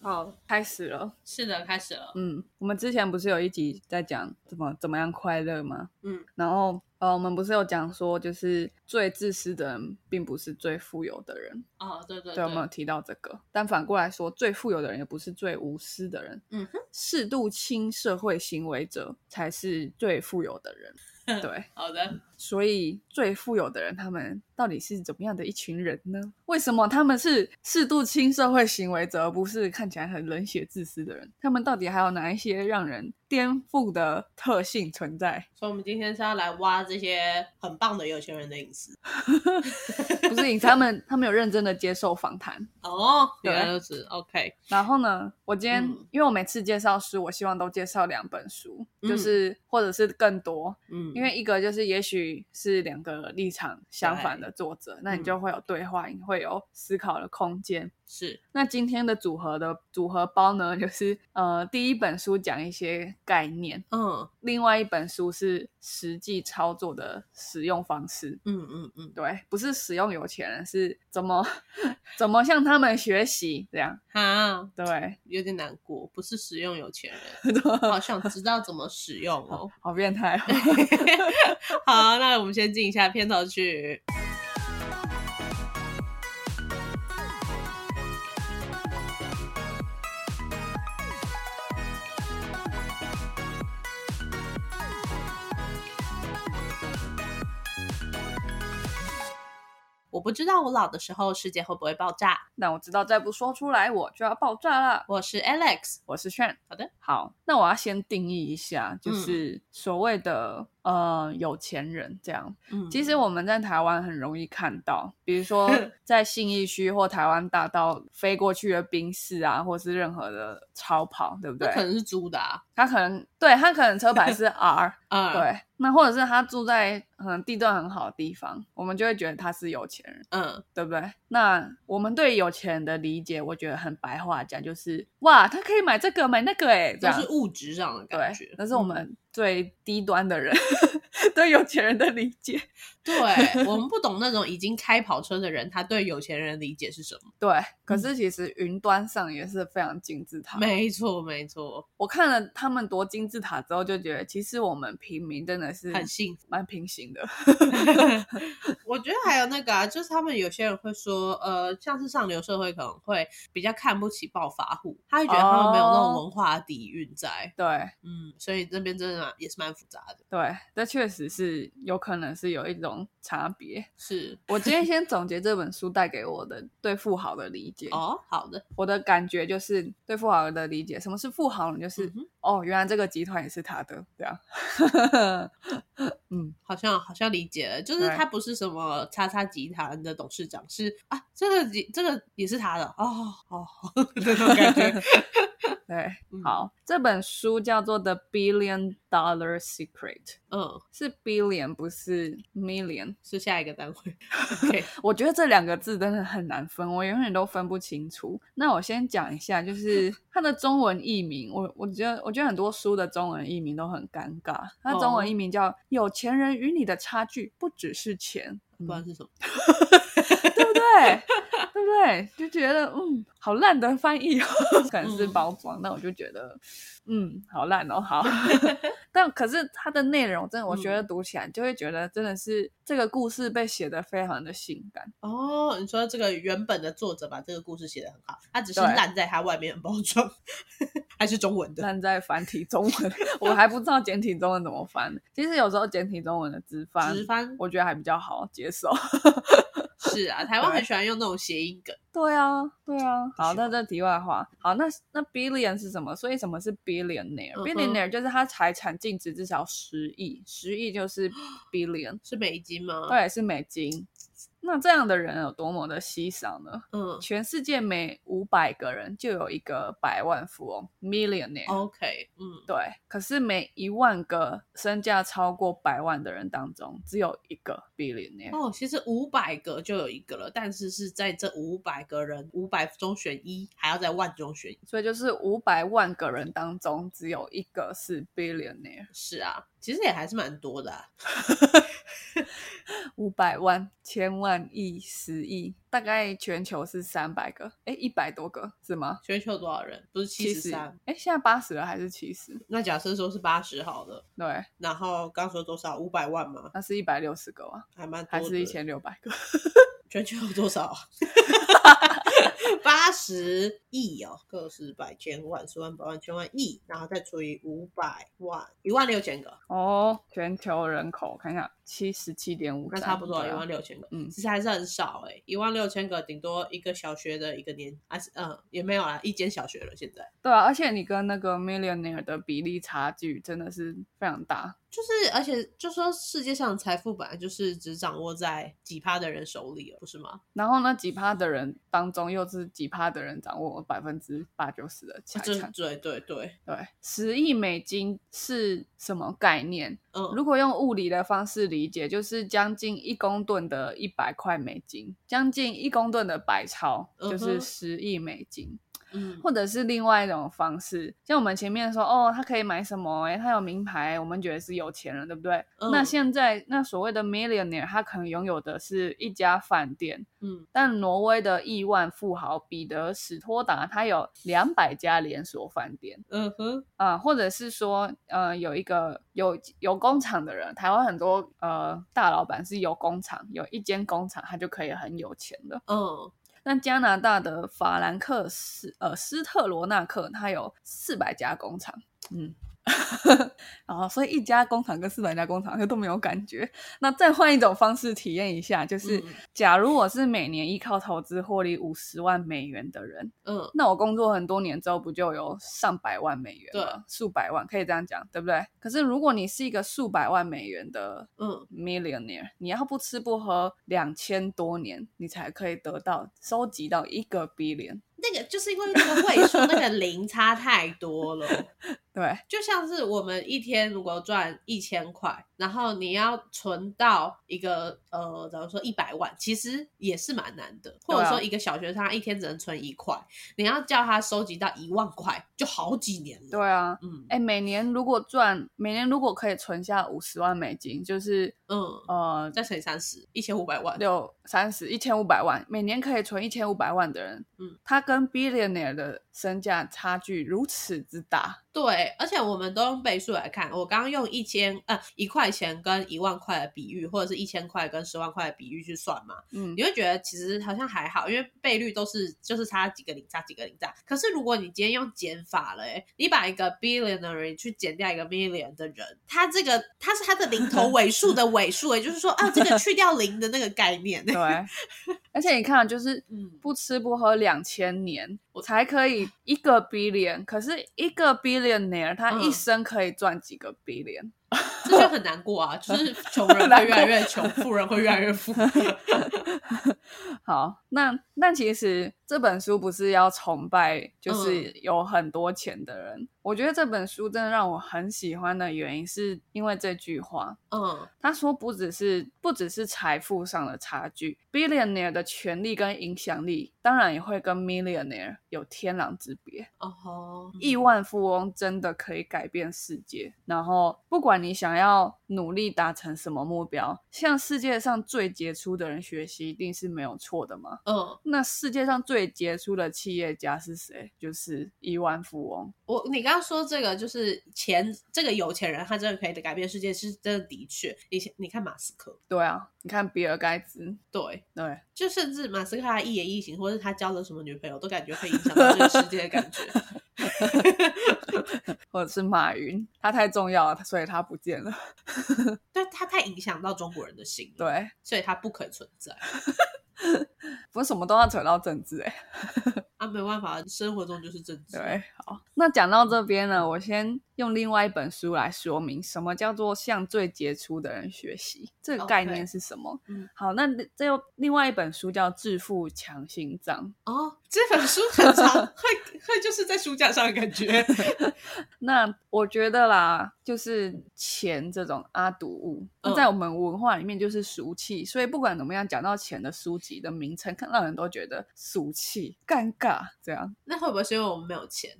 好，开始了。是的，开始了。嗯，我们之前不是有一集在讲怎么怎么样快乐吗？嗯，然后呃，我们不是有讲说，就是最自私的人并不是最富有的人，哦，对对对，我们有提到这个。但反过来说，最富有的人也不是最无私的人，嗯哼，适度亲社会行为者才是最富有的人。对，好的，所以最富有的人，他们到底是怎么样的一群人呢？为什么他们是适度亲社会行为者，而不是看起来很冷血自私的人？他们到底还有哪一些让人颠覆的特性存在？所以我们今天是要来挖这些很棒的有钱人的隐私。不是，他们他们有认真的接受访谈。哦，对原来如此，OK，然后呢，我今天、嗯因为我每次介绍书，我希望都介绍两本书，嗯就是或者是更多，嗯，因为一个就是也许是两个立场相反的作者，那你嗯就会有对话，你会有思考的空间。是那今天的组合的组合包呢，就是呃，第一本书讲一些概念，嗯另外一本书是实际操作的使用方式。嗯嗯嗯，对，不是使用有钱人，是怎么怎么向他们学习这样。哈，对，有点难过，不是使用有钱人， 好想知道怎么使用哦。好变态、哦。 好，那我们先进一下片头曲。我不知道我老的时候世界会不会爆炸。那我知道再不说出来我就要爆炸了。我是 Alex，我是炫，好的，嗯好，那我要先定义一下，就是所谓的、呃有钱人这样。嗯其实我们在台湾很容易看到，比如 说在信义区或台湾大道飞过去的冰室啊，或是任何的超跑，对不对那？可能是租的啊，他可能对他可能车牌 是 R，嗯，对，那或者是他住在可能地段很好的地方，我们就会觉得他是有钱人。嗯，对不对？那我们对有钱人的理解，我觉得很白话讲，就是哇，他可以买这个买那个，哎，这就样是物质上的感觉嗯对，。那是我们最低端的人 对有钱人的理解。 对我们不懂那种已经开跑车的人，他对有钱人的理解是什么？对，可是其实云端上也是非常金字塔。 嗯没错，没错，我看了他们夺金字塔之后，就觉得其实我们平民真的是很幸福。蛮平行的。我觉得还有那个啊，就是他们有些人会说，呃，像是上流社会可能会比较看不起暴发户，他会觉得他们没有那种文化底蕴在。对嗯，所以这边真的蛮也是蛮复杂的。对，这确实是有可能是有一种差别。是我今天先总结这本书带给我的对富豪的理解。哦，好的，我的感觉就是对富豪的理解，什么是富豪呢？就是、嗯哼哦，原来这个集团也是他的，这样。嗯，好像好像理解了，就是对他不是什么叉叉集团的董事长，是啊，这个集这个也是他的哦哦， 那种感觉。对。嗯，好，这本书叫做《The Billion Dollar Secret》，嗯，是 billion 不是 million。是下一个单 位。OK，我觉得这两个字真的很难分，我永远都分不清楚。那我先讲一下，就是它的中文译名，我我觉得我觉得很多书的中文译名都很尴尬。它中文译名叫《有钱人与你的差距不只是钱》不嗯，管是什么，对不对？ 对不对？就觉得嗯，好烂的翻译哦，可能是包装，那我就觉得嗯，好烂哦，好。 但可是它的内容真的，我觉得读起来就会觉得真的是这个故事被写得非常的性感， 哦，你说这个原本的作者把这个故事写得很好，他只是对烂在他外面的包装， 还是中文的。烂在繁体中文， 我还不知道简体中文怎么翻。其实有时候简体中文的直翻，直翻我觉得还比较好接受。 是 啊，台湾对很喜欢用那种谐音梗。对啊，对啊。好，喜那这题外话，好，那那 billion 是什么？所以什么是 billionaire？billionaire、嗯哼 billionaire 就是他财产净值至少十亿，十亿就是 billion，是美金吗？，对，是美金。那这样的人有多么的稀少呢？嗯全世界每五百个人就有一个百万富翁 （millionaire）。 ，OK，嗯，对，可是每一万个身价超过百万的人当中，只有一个 billionaire。哦，其实五百个就有一个了，但是是在这五百个人五百中选一，还要在万中选一。所以就是五百万个人当中，只有一个是 billionaire。是啊，其实也还是蛮多的啊、 五百万、千万、亿、十亿，大概全球是三百个，哎，一百多个是吗？全球多少人？不是七十三？哎，现在八十了还是七十？那假设说是八十好了，对，然后刚说多少？五百万吗？那是一百六十个啊，还蛮多还的是一千六百个？ 全球有多少 啊？八十亿哦，个十百千万十万百万千万亿，然后再除以五百万，一万六千个，哦，全球人口看一下，七十七点五，那差不多一啊万六。六千个。嗯其实还是很少哎、一万六千个顶多一个小学的一个年啊，嗯，也没有啦，一间小学了。现在对啊，而且你跟那个 millionaire 的比例差距真的是非常大。就是，而且就说世界上的财富本来就是只掌握在几趴的人手里了，不是吗？然后呢，几趴的人当中，又是几趴的人掌握百分之八九十的财这产。对对对，对，十亿美金是什么概念？嗯，如果用物理的方式理解，就是将近一公吨的一百块美金，将近一公吨的白钞，就嗯是哼十亿美金。嗯或者是另外一种方式，像我们前面说，哦，他可以买什么、欸？他有名牌，我们觉得是有钱人，对不对？嗯那现在那所谓的 millionaire，他可能拥有的是一家饭店，嗯，但挪威的亿万富豪彼得史托达，他有两百家连锁饭店嗯哼，啊、或者是说，呃，有一个有有工厂的人，台湾很多呃大老板是有工厂，有一间工厂，他就可以很有钱的。嗯那加拿大的法兰克斯呃斯特罗纳克，它有四百家工厂，嗯， 然后所以一家工厂跟四百家工厂 就都没有感觉。那再换一种方式体验一下，就是、嗯假如我是每年依靠投资获利五十万美元的人，嗯，那我工作很多年之后，不就有上百万美元对吗？数百万可以这样讲，对不对？可是如果你是一个数百万美元的嗯 millionaire，你要不吃不喝两千多年，你才可以得到收集到一个 billion。那个就是因为那个位数那个零差太多了，对，就像是我们一天如果赚一千块，然后你要存到一个呃，假如说一百万，其实也是蛮难的。或啊者说一个小学生他一天只能存一块，你要叫他收集到一万块，就好几年了。，对啊，嗯哎，每年如果赚，每年如果可以存下五十万美金，就是嗯，呃再乘以三十，一千五百万。六三十一千五百万，每年可以存一千五百万的人，嗯，他跟 billionaire 的身价差距如此之大，对，而且我们都用倍数来看。我刚刚用一千呃一块钱跟一万块的比喻，或者是一千块跟十万块的比喻去算嘛，嗯你，会觉得其实好像还好，因为倍率都是就是差几个零，差几个零这样。可是如果你今天用减法了、欸，你把一个 billionaire 去减掉一个 million 的人，他这个他是他的零头尾数的尾数、欸，也就是说啊，这个去掉零的那个概念、对欸。， 而且你看，就是嗯，不吃不喝两千年，我才可以一个 billion。可是一个 billionaire，他嗯一生可以赚几个 billion？、这就很难过啊，就是穷人会越来越穷，富人会越来越富。好，那那其实这本书不是要崇拜，就是有很多钱的人。我觉得这本书真的让我很喜欢的原因，是因为这句话。嗯他说不只是不只是财富上的差距，billionaire 的权力跟影响力，当然也会跟 millionaire 有天壤之别。哦吼，亿万富翁真的可以改变世界。然后，不管你想要努力达成什么目标，向世界上最杰出的人学习，一定是没有错的嘛。嗯，那世界上最杰出的企业家是谁？就是亿万富翁。我你刚刚说这个就是钱，这个有钱人他真的可以改变世界，是真的的确。以前你看马斯克，对啊，你看比尔盖茨，对，对就甚至马斯克他一言一行，或者他交了什么女朋友，都感觉会影响到这个世界的感 觉。或者是马云，他太重要了，所以他不见了。但他太影响到中国人的心了，对，所以他不可存在。不是什么都要扯到政治哎、欸啊，没有办法，生活中就是政治。对，好，那讲到这边呢，我先用另外一本书来说明什么叫做向最杰出的人学习，这个概 OK 念是什么。嗯好，那这又另外一本书叫《致富强心脏哦，这本书很长，会会就是在书架上的 感觉。》。那我觉得啦，就是钱这种阿毒物，那嗯在我们文化里面就是俗气，所以不管怎么样，讲到钱的书籍的名称，看到人都觉得俗气、尴尬这样。 那会不会是因为我们没有钱？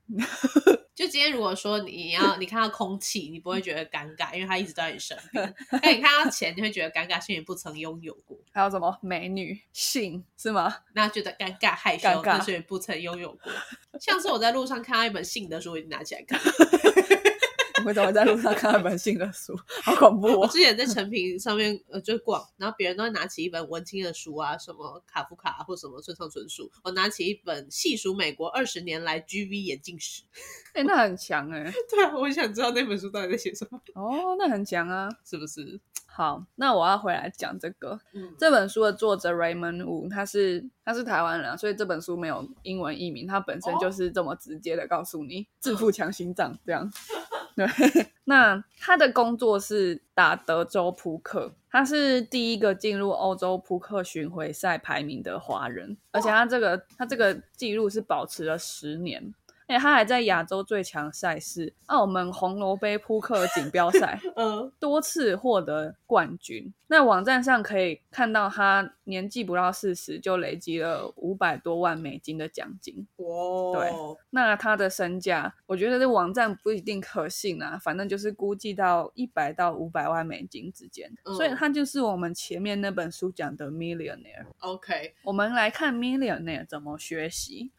就今天如果说你要你看到空气，你不会觉得尴尬，因为它一直都在你身边；但你看到钱，你会觉得尴尬，是因为你不曾拥有过。还有什么美女性是吗？ 那觉得尴尬害羞尴，尬那是因为不曾拥有过。像是我在路上看到一本性的书，我已经拿起来看。你会怎么在路上看到一本新的书？ 好恐怖我哦！之前在成品上面呃就逛，然后别人都会拿起一本文青的书啊，什么卡夫卡或什么村上春树，我拿起一本细数美国二十年来 GV 眼镜史。 哎、那很强哎、对啊，我很想知道那本书到底在写什么，哦，那很强啊。是不是？好，那我要回来讲这个嗯，这本书的作者 Raymond Wu，他是他是台湾人啊、所以这本书没有英文译名，他本身哦嗯就是这么直接的告诉你“致富强心脏”这样。对， 那他的工作是打德州扑克，他是第一个进入欧洲扑克巡回赛排名的华人，而且他这个他这个记录是保持了十年。哎，他还在亚洲最强赛事澳门红楼杯扑克锦标赛嗯，多次获得冠军。那网站上可以看到，他年纪不到四十就累积了五百多万美金的奖金。哇，那他的身价，我觉得这网站不一定可信啊，反正就是估计到一百到五百万美金之间。嗯所以他就是我们前面那本书讲的 millionaire。 ，OK，我们来看 millionaire 怎么学习。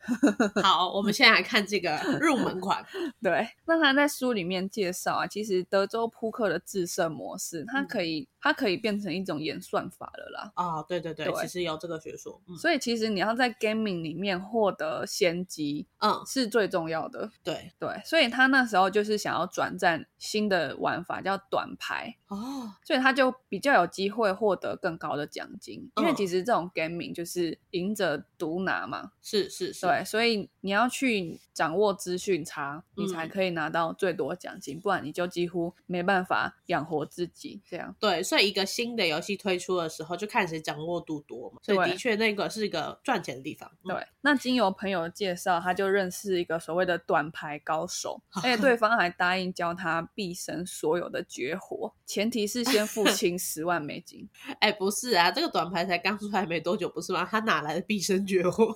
好，我们现在来看这个入门款，对，那他在书里面介绍啊，其实德州扑克的制胜模式，它嗯可以、它可以变成一种演算法了啦。 啊、对对对，对其实有这个学说，嗯所以其实你要在 gaming 里面获得先机嗯，是最重要的。对，对，所以他那时候就是想要转战新的玩法，叫短牌，哦，所以他就比较有机会获得更高的奖金。因为嗯其实这种 gaming 就是赢者独拿嘛，是是是，对，所以你要去掌握资讯差，你才嗯可以拿到最多奖金，不然你就几乎没办法养活自己。这样，对，所以一个新的游戏推出的时候，就看谁掌握度多嘛。所以对的确，那个是一个赚钱的地方。嗯对，，那经由朋友介绍，他就认识一个所谓的短牌高手，哦而且对方还答应教他毕生所有的绝活，前提是先 付清十万美金。哎、不是啊，这个短牌才刚出来没多久，不是吗？他哪来的毕生绝活？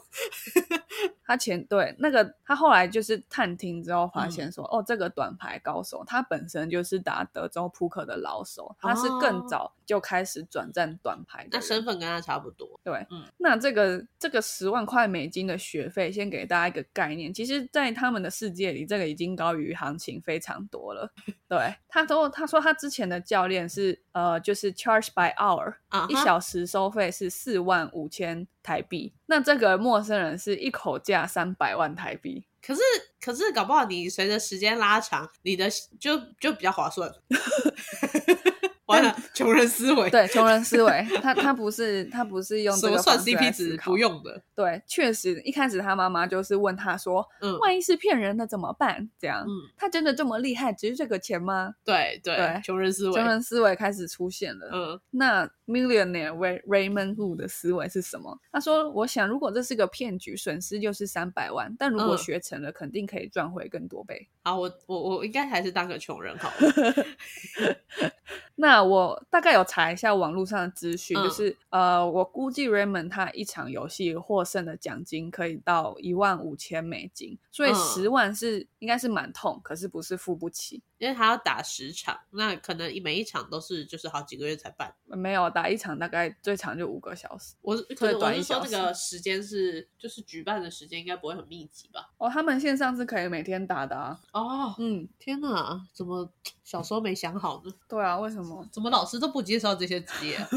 他前对那个他后来就是探听之后发嗯现说，哦，这个短牌高手他本身就是打德州扑克的老手，他是哦更早就开始转战短牌的 那人。身份跟他差不多。对，嗯那这个这个十万块美金的学费，先给大家一个概念。其实，在他们的世界里，这个已经高于行情非常多了。对他都他说他之前的教练是呃，就是 charge by hour，、啊哈，一小时收费是四万五千台币。那这个陌生人是一口价三百万台币。可是可是，搞不好你随着时间拉长，你的就就比较 划算。完了，穷人思维，，对，穷人思维，他他不是他不是用什这么个算方式 CP 来思值考不。用的。对，确实一开始他妈妈就是问他说，嗯，万一是骗人的怎么办？这样，嗯他真的这么厉害，值这个钱吗？对对对，穷人思维穷，人思维开始出现了。嗯，那 millionaire Ray Raymond Wu 的思维是什么？他说：“我想，如果这是个骗局，损失就是三百万，但如果嗯学成了，肯定可以赚回更多倍。好，我我我应该还是当个穷人好了。那我大概有查一下网络上的资讯，嗯就是呃，我估计 Raymond 他一场游戏获胜的奖金可以到一万五千美金，所以嗯十万是、应该是蛮痛，可是不是付不起。因为他要打十场，那可能每一场都是就是好几个月才办。没有打一场，大概最长就五个小时。我是可能我短一是说小那时个时间是就是举办的时间应该不会很密集吧？哦，他们线上是可以每天打的啊。哦，嗯，天哪，怎么小时候没想好呢？对啊，为什么？怎么老师都不介绍这些职业啊？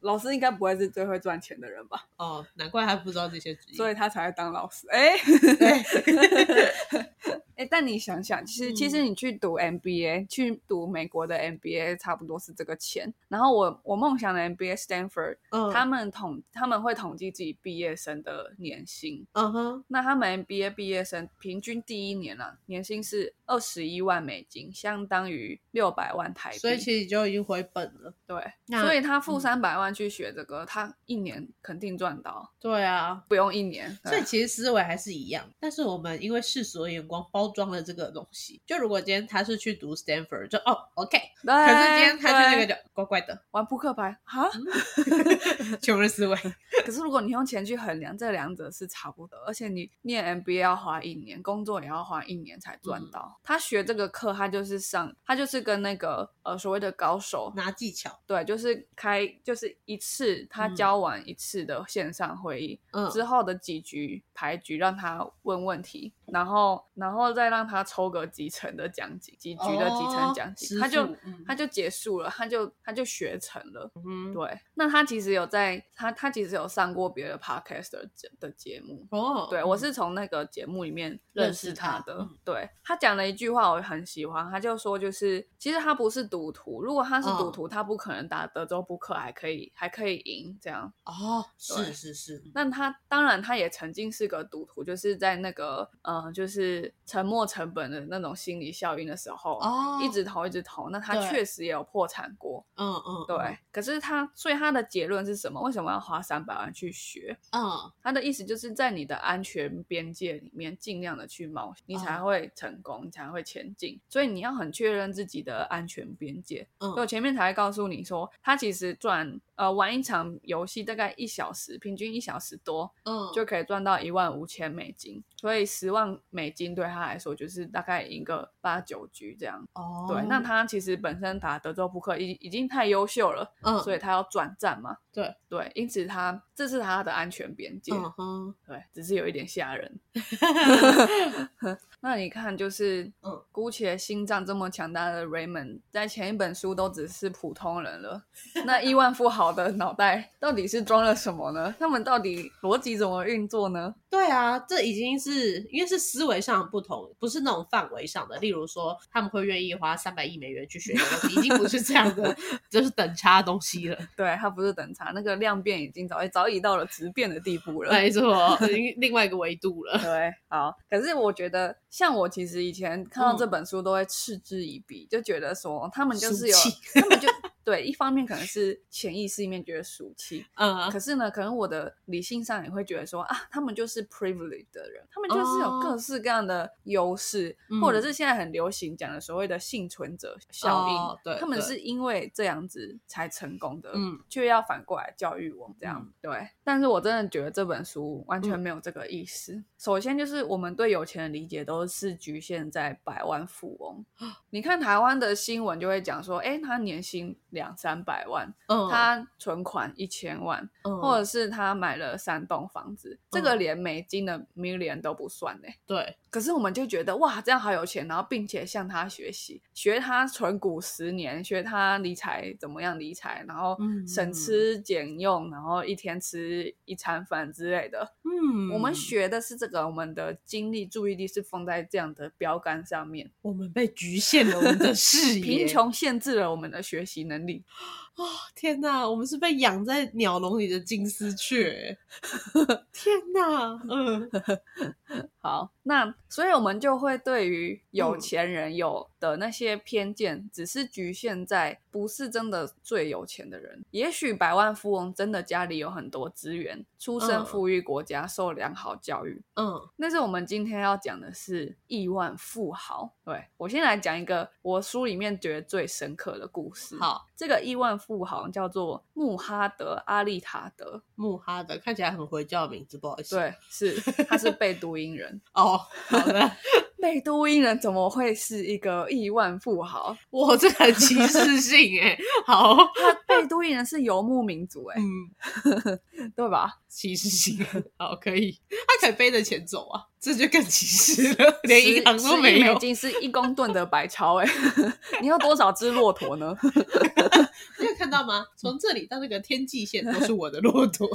老师应该不会是最会赚钱的人吧？哦，难怪他不知道这些职业。所以他才会当老师。哎、对， 哎、但你想想，其实其实你去读 MBA，、去读美国的 MBA，差不多是这个钱。然后我我梦想的 MBA Stanford，、嗯，他们统他们会统计自己毕业生的年薪。嗯哼，那他们 MBA 毕业生平均第一年啊，年薪是二十一万美金，相当于六百万台币。所以其实就已经回本了。对，那所以他付嗯三百万去学这个，他一年肯定赚到，对啊，不用一年。所以对啊其实思维还是一样，但是我们因为世俗的眼光包装了了这个东西。就如果今天他是去读 Stanford，就哦 OK，对，可是今天他去那对个就嗯怪怪的，玩扑克牌哈， 穷人思维。可是如果你用钱去衡量，这两者是差不多的。而且你念 MBA 要花一年，工作也要花一年才赚嗯到。他学这个课，他就是上，他就是跟那个呃所谓的高手，拿技巧，对，就是开就是一次他嗯教完一次的线上会议，嗯，之后的几局牌局让他问问题，然后然后再让他抽个几成的奖金，几局的几成奖金，哦他就师傅嗯他就结束了，他就他就学成了。嗯哼对，那他其实有在他他其实有上过别的 podcast 的节的节目。哦，对，我是从那个节目里面认认识识他他的。嗯对他讲了一句话，我很喜欢，他就说就是，其实他不是赌徒，如果他是赌嗯徒，他不可能打德州扑克还可以还可以赢这样。哦，对是是是，那他当然，他也曾经是个赌徒，就是在那个呃，就是沉没成本的那种心理效应的时候，哦，一直投一直投。那他对确实也有破产过，嗯嗯，对。可是他，所以他的结论是什么？为什么要花三百万去学？嗯，他的意思就是在你的安全边界里面，尽量的去冒险，你才哦会成功，你才会前进。所以你要很确认自己的安全边界，嗯所以我前面才会告诉你说，他其实赚呃玩一场游戏大概一小时，平均一小时多嗯，就可以赚到一万五千美金，所以十万美金对他来说就是大概赢个八九局这样。哦，对，那他其实本身打德州扑克已已经太优秀了，嗯，所以他要转战嘛。对对，因此他这是他的安全边界，嗯哼，对，只是有一点吓 人。那你看，就是嗯姑且心脏这么强大的 Raymond，在前一本书都只是普通人 了，那亿万富豪的脑袋到底是装了什么呢？他们到底逻辑怎么运作呢？对啊，这已经是因为是思维上的不同，不是那种范围上的。例如说，他们会愿意花三百亿美元去学一个东西，已经不是这样 的，就是等差的东西了。对，他不是等差，那个量变已经早早已到了质变的地步了。没错，已经另外一个维度了。对，好。可是我觉得，像我其实以前看到嗯这本书都会嗤之以鼻，就觉得说他们就俗是有气，他们就对，一方面可能是潜意识里面觉得俗气，嗯可是呢，可能我的理性上也会觉得说啊，他们就是 privileged 的人，他们就是有各哦式各样的优势，嗯或者是现在很流行讲的所谓的幸存者效应，哦对他们对是因为这样子才成功的，嗯，却要反过来教育我们这样、嗯对。但是我真的觉得这本书完全没有这个意思。首先就是我们对有钱的理解都是局限在百万富翁，你看台湾的新闻就会讲说，哎，他年薪两三百万，嗯，他存款一千万。嗯或者是他买了三栋房子，这个连美金的 million 都不算呢、对，可是我们就觉得哇，这样好有钱，然后并且向他学习，学他存股十年，学他理财怎么样理财，然后嗯省吃俭用，然后一天吃一餐饭之类的。嗯，我们学的是这个，我们的精力、注意力是放在这样的标杆上面。我们被局限了我们的视 野，贫穷限制了我们的学习能力。哦！天哪，我们是被养在鸟笼里的金丝雀。 天哪，嗯，好，那所以我们就会对于有嗯钱人有的那些偏见，只是局限在不是真的最有钱的人。也许百万富翁真的家里有很多资源，出身嗯富裕国家，受良好教育。嗯，但是我们今天要讲的是亿万富豪。对我先来讲一个我书里面觉得最深刻的故事。，好，这个亿万富豪叫做穆哈德·阿利塔德，穆哈德看起来很回教的名字，不好意思。，对， 是他是贝都因人。哦，好的，贝都因人怎么会是一个亿万富豪？我这很歧视 性哎、好， 他贝都因人是游牧民族、欸，嗯，对吧？歧视性，好，可以，他可以背着钱走啊，这就更歧视了，连银行十都亿没有美，金是一公吨的白钞、欸， 你要多少只骆驼呢？ 你有看到吗？从这里到那个天际线都是我的骆驼，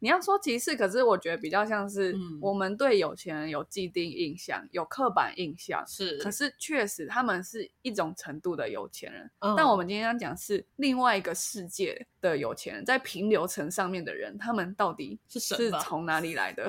你要说歧视，可是我觉得比较像是嗯我们对有钱人有既定印象，有刻板印象。是可 是确实，他们是一种程度的有钱人，嗯但我们今天要讲是另外一个世界的有钱人，在平流层上面的人，他们到底是什是么从哪里来 的？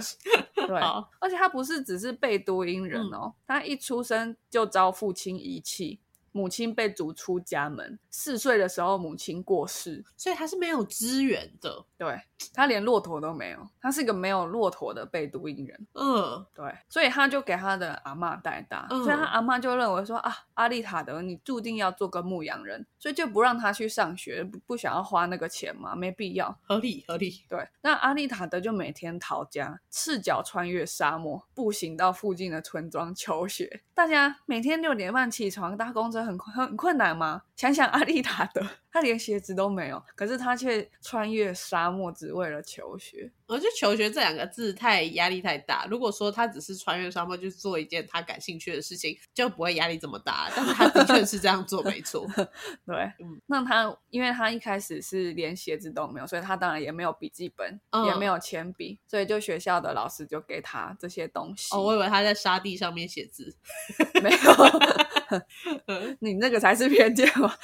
对，好而且他不是只是贝都因人哦，他一出生就遭父亲遗弃，母亲被逐出家门，四岁的时候母亲过世，所以他是没有资源的，对，他连骆驼都没有，他是一个没有骆驼的贝都因人。嗯，对，所以他就给他的阿嬷带大，嗯所以他阿嬷就认为说啊，阿丽塔德你注定要做个牧羊人，所以就不让他去上学，不不想要花那个钱嘛，没必要。合理合理。对，那阿丽塔德就每天逃家，赤脚穿越沙漠，步行到附近的村庄求学。大家每天六点半起床搭公车很困很困难吗？想想阿丽塔德，她连鞋子都没有，可是她却穿越沙漠只为了求学。我觉得求学这两个字太压力太大。如果说他只是穿越沙漠去做一件他感兴趣的事情，就不会压力这么大。但是他的确是这样做，没错。对，嗯那他因为他一开始是连鞋子都没有，所以他当然也没有笔记本，嗯也没有铅笔，所以就学校的老师就给他这些东西。哦，我以为他在沙地上面写字，没有， 嗯你那个才是偏见吧？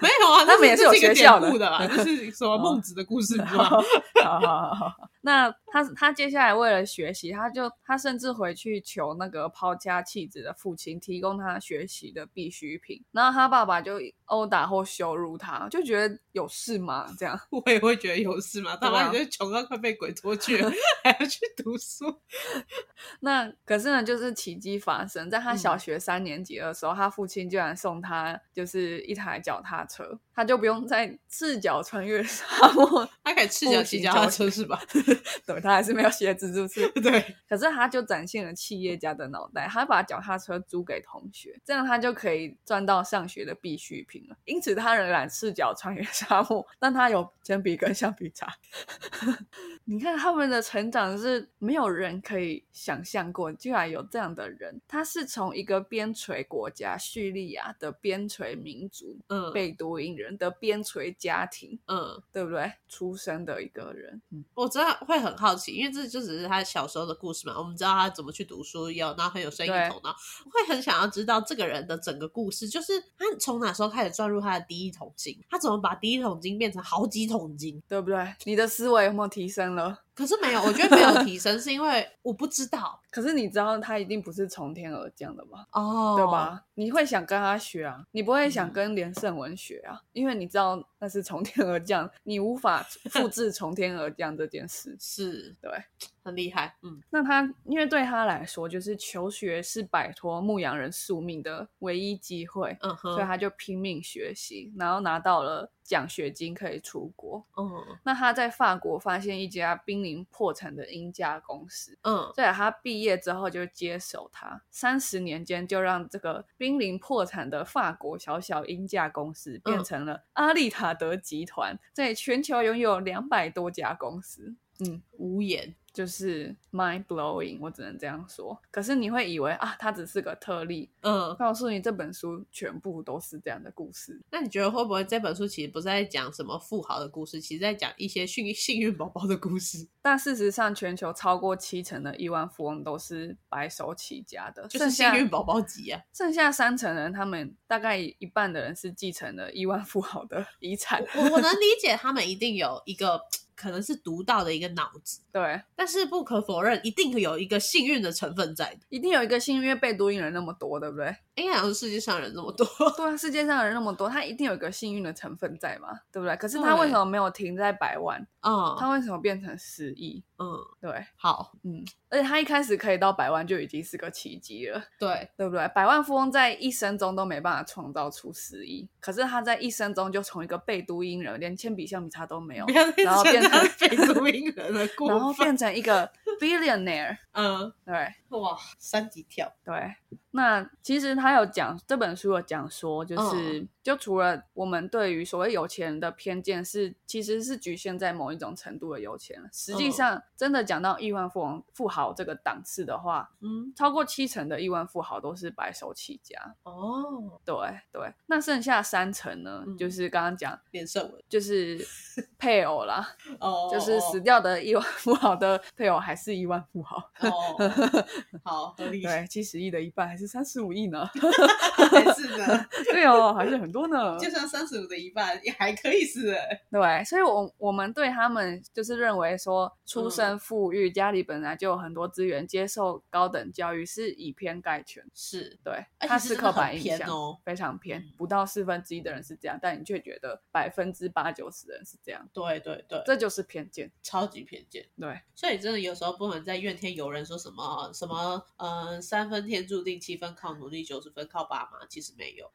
没有啊， 他们也是是有这是一个学校的典故 的啦，就是什么哦孟子的故事，你知道好吗？ 好好好好那他他接下来为了学习，他就他甚至回去求那个抛家弃子的父亲提供他学习的必需品，然后他爸爸就殴打或羞辱他，就觉得有事吗？这样。我也会觉得有事嘛，他对妈啊你就穷到快被鬼拖去了， 还要去读书。那可是呢，就是奇迹发生在他小学三年级的时候，他父亲居然送他就是一台脚踏车，他就不用再赤脚穿越沙漠。 他可以赤脚骑脚踏车是吧？ 对，他还是没有鞋子，是不是？对，可是他就展现了企业家的脑袋，他把脚踏车租给同学，这样他就可以赚到上学的必需品了。因此，他仍然赤脚穿越沙漠，但他有铅笔跟橡皮擦。 你看他们的成长是没有人可以想象过，居然有这样的人。他是从一个边陲国家叙利亚的边陲民族嗯贝都因人的边陲家庭，嗯，对不对？出生的一个人，嗯，我真的会很好奇，因为这就只是他小时候的故事嘛。我们知道他怎么去读书，有然后很有生意对头脑，会很想要知道这个人的整个故事，就是他从哪时候开始赚入他的第一桶金，他怎么把第一桶金变成好几桶金。对不对？你的思维有没有提升了？可是没有，我觉得没有提升，是因为我不知道可是你知道他一定不是从天而降的吧？哦， 对？吧？你会想跟他学啊，你不会想嗯跟连胜文学啊，因为你知道那是从天而降，你无法复制从天而降这件事。是对，很厉害，嗯那他因为对他来说，就是求学是摆脱牧羊人宿命的唯一机会，嗯哼，所以他就拼命学习，然后拿到了奖学金，可以出国。嗯那他在法国发现一家濒临破产的英家公司，嗯所以他毕业之后就接手它，三十年间就让这个濒临破产的法国小小英价公司嗯变成了阿丽塔德集团，在全球拥有两百多家公司。嗯，无言，就是 mind blowing，我只能这样说。可是你会以为啊，它只是个特例。嗯。告诉你，这本书全部都是这样的故事。那你觉得会不会这本书其实不是在讲什么富豪的故事，其实在讲一些幸幸运宝宝的故事，但事实上，全球超过七成的亿万富翁都是白手起家的，就是剩幸下运宝宝集啊！剩下三成人，他们大概一半的人是继承了亿万富豪的遗产。我我能理解他们一定有一个可能是独到的一个脑子，对，但是不可否认，一定有一个幸运的成分在的。哎一定有一个幸运，因为贝都因人那么多，对不 对？应该讲世界上人这么多， 对啊，世界上的人那么多，他一定有一个幸运的成分在嘛，对不对？可是他对为什么没有停在百万？嗯他为什么变成十亿？嗯，对，好，嗯，而且他一开始可以到百万就已经是个奇迹了，对，对不对？百万富翁在一生中都没办法创造出十亿，可是他在一生中就从一个贝都因人，连铅笔、橡皮擦都没有不，要再然后讲变他成是非族名人 了，然后过分，变成一个 billionaire，嗯，对。哇，三级跳，对，那其实他有讲这本书有讲说，嗯就是、就除了我们对于所谓有钱人的偏见是，其实是局限在某一种程度的有钱人。实际嗯上，真的讲到亿万富翁富豪这个档次的话，嗯，超过七成的亿万富豪都是白手起家。哦，对对，那剩下三成呢，嗯就是刚刚讲，连胜文，就是 配偶啦，哦，就是哦 死掉的亿万富豪的配偶还是亿万富豪。哦，好合理。对，七十亿的一半还是三十五亿 呢？还是 呢，对哦，还是很多呢。就算三十五的一半也还可以是哎、对，所以我我们对他们就是认为说，出嗯身富裕，家里本来就有很多资源，接受高等教育是以偏概全。是，对，而它且是是刻板印偏象，哦。非常偏嗯，不到四分之一的人是这样，但你却觉得百分之八九十的人是这样，对对对，这就是偏见。超级偏见。对，所以真的有时候不能再怨天尤人，说什么什么，嗯、三分天注定，七分靠努力，九十分靠爸妈。其实没 有，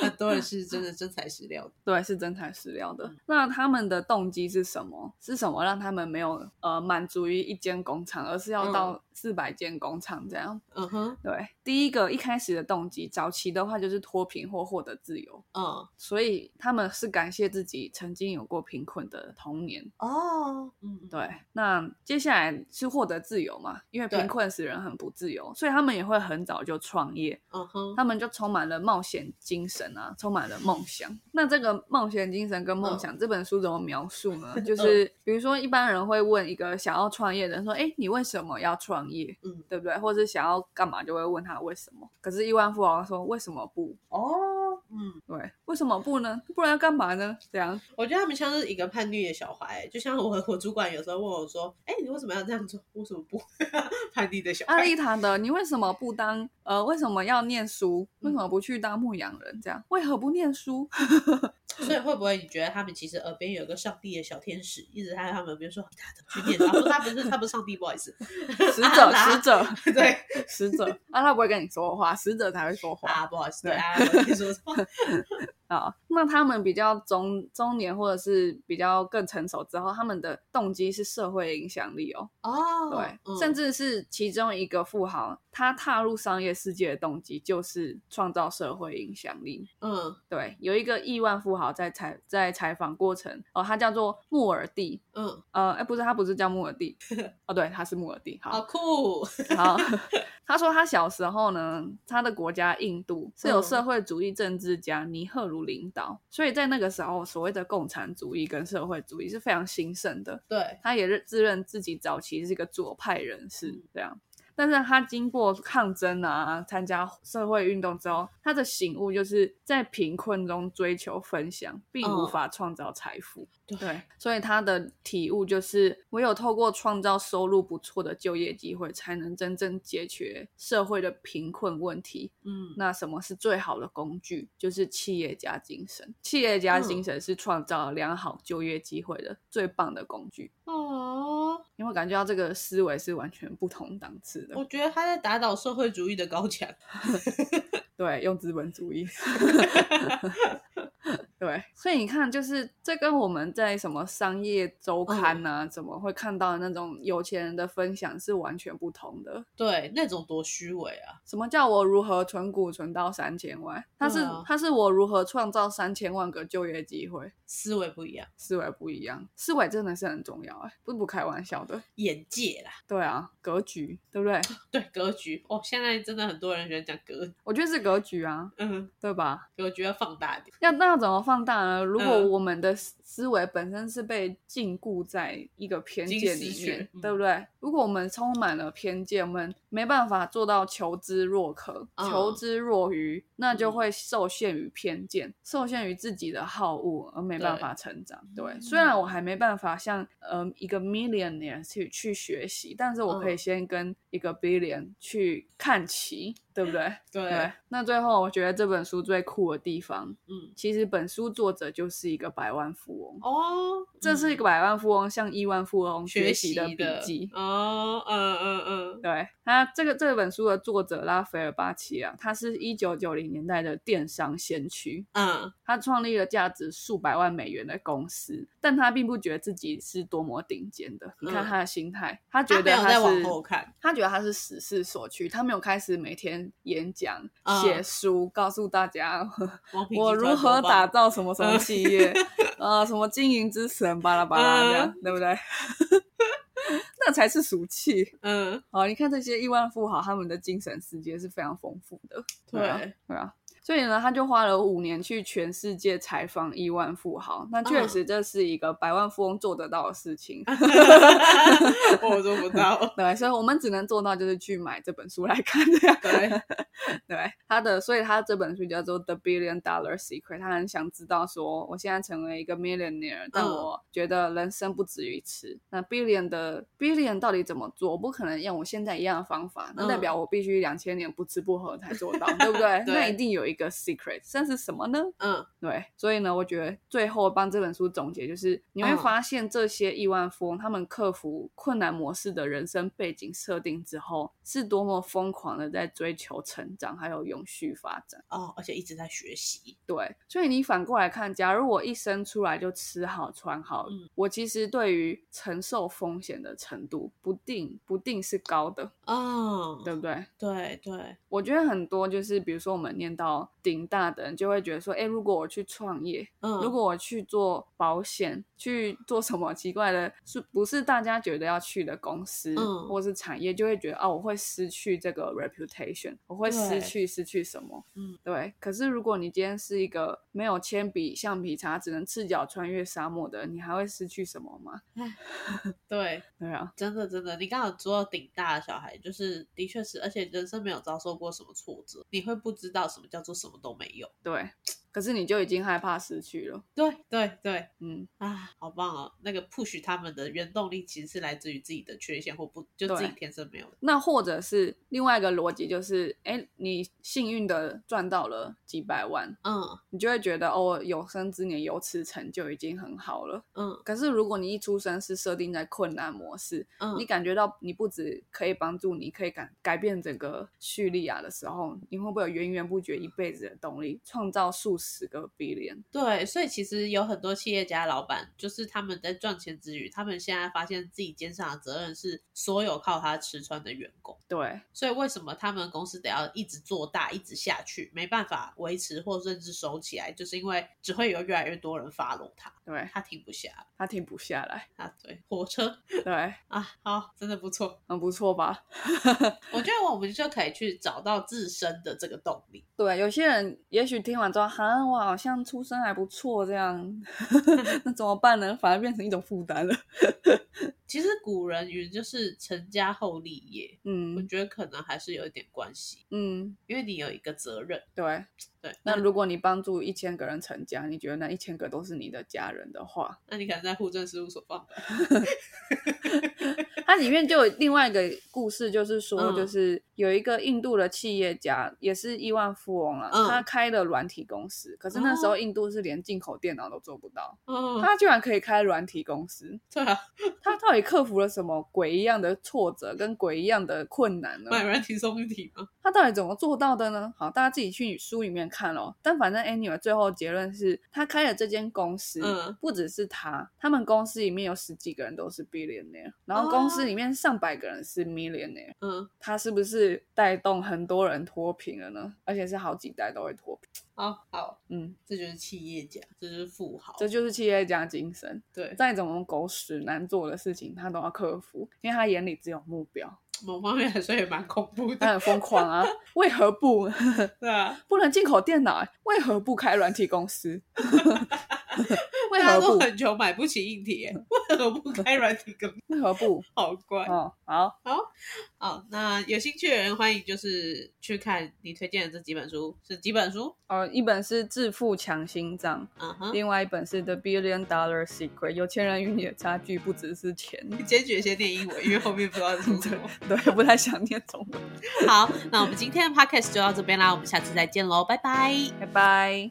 很多人是真的真材实料的。对，是真材实料的嗯。那他们的动机是什么？是什么让他们没有呃满足于一间工厂，而是要嗯到四百间工厂这样？嗯哼，对，第一个一开始的动机，早期的话就是脱贫或获得自由。嗯，所以他们是感谢自己曾经有过贫困的童年。哦，嗯，对，那接下来是获得自由嘛？因为对贫困使人很不自由，所以他们也会很早就创业，嗯哼，他们就充满了冒险精神啊，充满了梦想。那这个冒险精神跟梦想、这本书怎么描述呢？就是比如说，一般人会问一个想要创业的人说：“哎，你为什么要创业？”嗯，对不对？或是想要干嘛就会问他为什么。可是亿万富豪说：“为什么不？哦，嗯，对，为什么不呢？不然要干嘛呢？”这样我觉得他们像是一个叛逆的小孩，就像我我主管有时候问我说，哎、你为什么要这样做？为什么不 叛逆的小阿孩？丽塔的，你为什么不当呃？为什么要念书？为什么不去当牧羊人？这样为何不念书？所以会不会你觉得他们其实耳边有一个上帝的小天使，一直在他们耳边说你打的去念， 他说他不是他不是上帝，不好意思，使者，啦使者， 对 使者啊，他不会跟你说话，使者才会说话啊，不好意思，对对啊，我听说错，啊。那他们比较中中年或者是比较更成熟之后，他们的动机是社会影响力哦，哦，对，嗯甚至是其中一个富豪，他踏入商业世界的动机就是创造社会影响力。嗯对，有一个亿万富豪在采在采访过程哦，他叫做穆尔蒂，嗯，呃，哎，不是，他不是叫穆尔 蒂，哦，对，他是穆尔蒂。好，好酷， 好， 他说他小时候呢，他的国家印度是由嗯社会主义政治家尼赫鲁领导，所以在那个时候，所谓的共产主义跟社会主义是非常兴盛的。对，他也认自认自己早期是一个左派人士嗯，这样。但是他经过抗争啊，参加社会运动之后，他的醒悟就是在贫困中追求分享，并无嗯法创造财富。对对，所以他的体悟就是，唯有透过创造收入不错的就业机会，才能真正解决社会的贫困问题。嗯，那什么是最好的工具？就是企业家精神。企业家嗯精神是创造良好就业机会的最棒的工具。哦，因为我感觉到这个思维是完全不同档次的我。觉得他在打倒社会主义的高墙，对，用资本主义。 对，所以你看，就是这跟我们在什么商业周刊啊，怎么会看到的那种有钱人的分享是完全不同的。对，那种多虚伪啊，什么叫我如何存股存到三千万？它是、对啊它是我如何创造三千万个就业机会？思维不一样，思维不一样，思维真的是很重要哎、不是不开玩笑的。眼界啦，对啊，格局，对不对？对，格局，哦，现在真的很多人喜欢讲格，我觉得是格局啊，嗯，对吧？格局要放大一点，要那要怎么放大呢？如果嗯我们的思思维本身是被禁锢在一个偏见金丝里面雀，嗯对不对？如果我们充满了偏见，我们没办法做到求知若渴、嗯求知若愚，那就会受限于偏见，受限于自己的好恶，而没办法成长。对，嗯虽然我还没办法像呃一个 millionaire 去去学习，但是我可以嗯先跟一个 billion 去看齐，对不对？对，对。那最后，我觉得这本书最酷的地方。嗯，其实本书作者就是一个百万富翁，哦，这是一个嗯百万富翁向亿万富翁学习的的笔记。哦，嗯嗯嗯，对他这个这本书的作者拉斐尔·巴奇啊，他是一九九零年代的电商先驱，嗯，他创立了价值数百万美元的公司，但他并不觉得自己是多么顶尖的。你看嗯他的心态，他觉他没得有他再往是后看，他觉得他是时势所趋，他没有开始每天演讲、嗯写书，告诉大家王品我集如团何多棒打造什么什嗯么企 业，呃，什么经营之神，巴拉巴拉，嗯这样对不 对？那才是俗气。哦嗯， 好，你看这些亿万富豪，他们的精神世界是非常丰富的。对啊，对啊。所以呢，他就花了五年去全世界采访亿万富豪。那确实这是一个百万富翁做得到的事情。啊我做不到。 对，所以我们只能做到就是去买这本书来看这样。对， 对，他的，所以他这本书叫做《The Billion Dollar Secret》，他很想知道说，我现在成为一个 millionaire，但我觉得人生不止于此。那 billion 的 billion 到底怎么做？我不可能用我现在一样的方法，那代表我必须两千年不吃不喝才做到，对不对？对那一定有一个 secret，但是什么呢？嗯对，所以呢，我觉得最后帮这本书总结就是，你会嗯发现这些亿万富翁他们克服困难模式的人生背景设定之后，是多么疯狂的在追求成长，还有永续发展。哦，而且一直在学习。对，所以你反过来看，假如我一生出来就吃好穿好，嗯我其实对于承受风险的程度不定不定是高的，嗯，哦对不对？对对，我觉得很多就是，比如说我们念到顶大的人，就会觉得说，哎，如果我去创业，嗯，如果我去做保险，去做什么奇怪的，是不是大家觉得要去的公司、嗯或是产业，就会觉得啊，我会失去这个 reputation，我会失对去失去什么？嗯，对。可是如果你今天是一个没有铅笔、橡皮擦，只能赤脚穿越沙漠的人，你还会失去什么吗？对，对啊，真的真的，你刚好说到顶大的小孩，就是的确是，而且人生没有遭受过什么挫折，你会不知道什么叫做什么都没有。对。可是你就已经害怕失去了，对对对，嗯，啊，好棒哦！那个 push 他们的原动力其实是来自于自己的缺陷或不就自己对天生没有的。那或者是另外一个逻辑就是，哎，你幸运的赚到了几百万，嗯你就会觉得哦，有生之年有此成就已经很好了。嗯可是如果你一出生是设定在困难模式，嗯，你感觉到你不止可以帮助你，可以改改变整个叙利亚的时候，你会不会有源源不绝一辈子的动力，创造数十个 billion？对，所以其实有很多企业家老板，就是他们在赚钱之余，他们现在发现自己肩上的责任是所有靠他吃穿的员工。对所以为什么他们公司得要一直做大，一直下去，没办法维持或甚至收起来，就是因为只会有越来越多人 follow 他，对，他停不下他停不下来，啊，对，火车对，啊，好，真的不错，很不错吧？我觉得我们就可以去找到自身的这个动力，对，有些人也许听完之后，哈，我好像出生还不错这样， 那怎么办呢？反而变成一种负担了。其实古人云就是成家后立业，我嗯觉得可能还是有一点关系，嗯，因为你有一个责任，对，对，那如果你帮助一千个人成家，你觉得那一千个都是你的家人的话，那你可能在户政事务所放吧，它里面就有另外一个故事，就是说，嗯就是有一个印度的企业家，也是亿万富翁啊，嗯哦他开了软体公司，可是那时候印度是连进口电脑都做不到，嗯，他居然可以开软体公司，对啊，他到底克服了什么鬼一样的挫折跟鬼一样的困难呢？买软体送体吗？他到底怎么做到的呢？好，大家自己去书里面看咯。但反正 anyway，最后结论是他开了这间公司，嗯不只是他，他们公司里面有十几个人都是 billionaire，然后公司里面上百个人是 millionaire。嗯，他是不是带动很多人脱贫了呢？而且是好几代都会脱贫。好好，嗯，这就是企业家，这就是富豪，这就是企业家精神。对，再怎么狗屎难做的事情，他都要克服，因为他眼里只有目标。某方面来说也蛮恐怖他的，很疯狂啊，为何不？对啊，不能进口电脑，为何不开软体公司？为大家何都不？很穷，买不起硬体耶，为何不开软体更为何不？好 乖？哦，好，好，那有兴趣的人欢迎就是去看你推荐的这几本书，是几本书？哦，一本是《致富强心脏》，嗯哼，另外一本是《The Billion Dollar Secret》，有钱人与你的差距不只是钱。 坚决先念英文，因为后面不知道是 什么。对，不太想念中文。好，那我们今天的 podcast 就到这边啦，我们下次再见喽，拜拜。拜拜。